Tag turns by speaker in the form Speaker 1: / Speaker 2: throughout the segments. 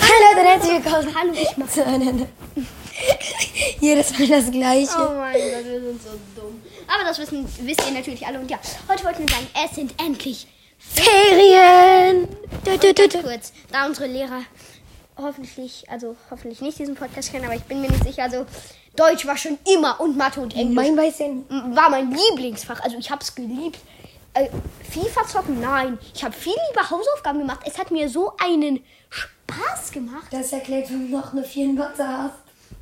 Speaker 1: herzlich willkommen
Speaker 2: Hallo, ich mach.
Speaker 1: zu einer. Jedes Mal das Gleiche.
Speaker 2: Oh mein Gott, wir sind so dumm. Aber das wissen, wisst ihr natürlich alle. Und ja, heute wollten wir sagen, es sind endlich
Speaker 1: Ferien! Du, du, du,
Speaker 2: ganz
Speaker 1: du.
Speaker 2: kurz, da unsere Lehrer hoffentlich, also hoffentlich nicht diesen Podcast kennen, aber ich bin mir nicht sicher. Also Deutsch war schon immer und Mathe und Englisch
Speaker 1: Mein weiß ja nicht.
Speaker 2: m- war mein Lieblingsfach. Also ich hab's geliebt. Äh, FIFA zocken? Nein. Ich habe viel lieber Hausaufgaben gemacht. Es hat mir so einen Spaß gemacht.
Speaker 1: Das erklärt, warum du noch eine 4 in Mathe hast.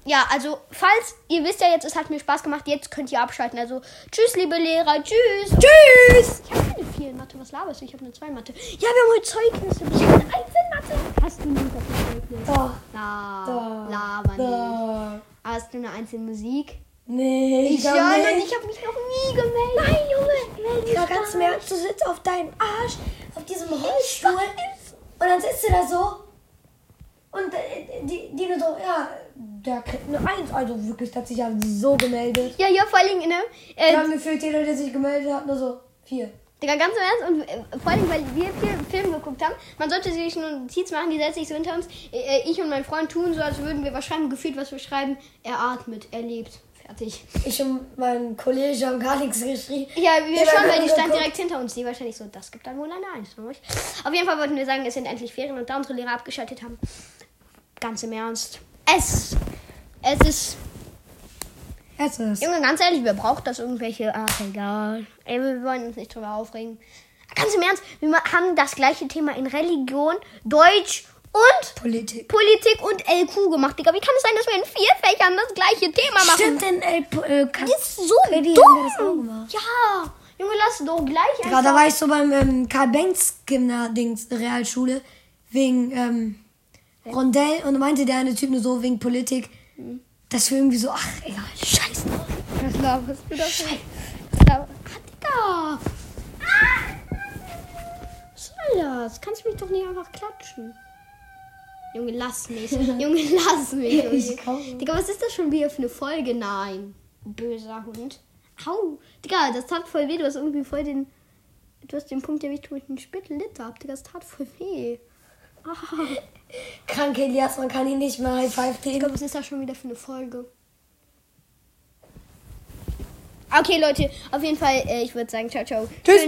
Speaker 2: Ja, also falls ihr wisst ja jetzt, es hat mir Spaß gemacht, jetzt könnt ihr abschalten. Also tschüss, liebe Lehrer, tschüss. Tschüss. Ich habe keine vielen Mathe, was laberst du? Ich habe nur zwei Mathe. Ja, wir haben heute Zeugnisse. Ich habe eine eins in Mathe. Hast du nie das Zeugnis?
Speaker 1: Doch,
Speaker 2: Na,
Speaker 1: doch.
Speaker 2: laber nicht.
Speaker 1: doch.
Speaker 2: Hast du eine eins in Musik?
Speaker 1: Nee, ich
Speaker 2: ja,
Speaker 1: glaub
Speaker 2: Mann,
Speaker 1: nicht.
Speaker 2: ich habe mich noch nie gemeldet. Nein, Junge, melde dich
Speaker 1: Ja, ganz mehr. Du sitzt auf deinem Arsch, auf diesem Rollstuhl. Und dann sitzt du da so. Und äh, die, die nur so, ja, der kriegt eine Eins. Also wirklich, der hat sich ja so gemeldet.
Speaker 2: Ja, ja, vor allem, ne? Äh,
Speaker 1: Wir haben gefühlt jeder, der sich gemeldet hat, nur so, vier.
Speaker 2: Digga, ganz im Ernst und äh, vor allem, weil wir viel Film geguckt haben, man sollte sich eine Notiz machen, die setze ich so hinter uns. Äh, Ich und mein Freund tun so, als würden wir was schreiben, gefühlt, was wir schreiben. Er atmet, er lebt. Fertig.
Speaker 1: Ich und mein Kollege haben gar nichts geschrieben.
Speaker 2: Ja, wir
Speaker 1: Ja,
Speaker 2: schauen, weil
Speaker 1: dann-
Speaker 2: die
Speaker 1: dann
Speaker 2: stand
Speaker 1: guck.
Speaker 2: direkt hinter uns. Die wahrscheinlich so, das gibt dann wohl eine Eins. von euch. Auf jeden Fall wollten wir sagen, es sind endlich Ferien und da unsere Lehrer abgeschaltet haben. Ganz im Ernst. Es, es ist
Speaker 1: Es ist.
Speaker 2: Junge, ganz ehrlich, wer braucht das irgendwelche? Ach, egal. Ey, wir wollen uns nicht drüber aufregen. Ganz im Ernst, wir ma- haben das gleiche Thema in Religion, Deutsch und
Speaker 1: Politik.
Speaker 2: Politik und LQ gemacht. Digga, wie kann es sein, dass wir in vier Fächern das gleiche Thema machen?
Speaker 1: Stimmt denn, ey, po- äh, Kat-
Speaker 2: Das ist so
Speaker 1: Kredi haben wir das auch
Speaker 2: dumm.
Speaker 1: gemacht.
Speaker 2: Ja, Junge, lass doch gleich
Speaker 1: Ja, da
Speaker 2: einfach.
Speaker 1: war ich so beim ähm, Karl-Benz-Gymnasium-Realschule wegen ähm, Rondell und da meinte der eine Typ nur so wegen Politik,
Speaker 2: Mhm.
Speaker 1: dass wir irgendwie so, ach egal, scheiß drauf.
Speaker 2: Was laberst du da für- Was laber- Ah, Digga. Was soll das? Kannst du mich doch nicht einfach klatschen. Junge, lass mich. Junge, lass mich. Junge.
Speaker 1: Ich kaufe.
Speaker 2: Digga, was ist das schon wieder für eine Folge? Nein. Böser Hund. Au. Digga, das tat voll weh. Du hast irgendwie voll den. Du hast den Punkt erwischt, wo ich einen Spittellitter hab. Digga, das tat voll weh. Ah.
Speaker 1: Kranke Elias, man kann ihn nicht mehr High Five
Speaker 2: Digga,
Speaker 1: geben.
Speaker 2: was ist das schon wieder für eine Folge? Okay, Leute, auf jeden Fall, äh, ich würde sagen, ciao, ciao.
Speaker 1: Tschüss.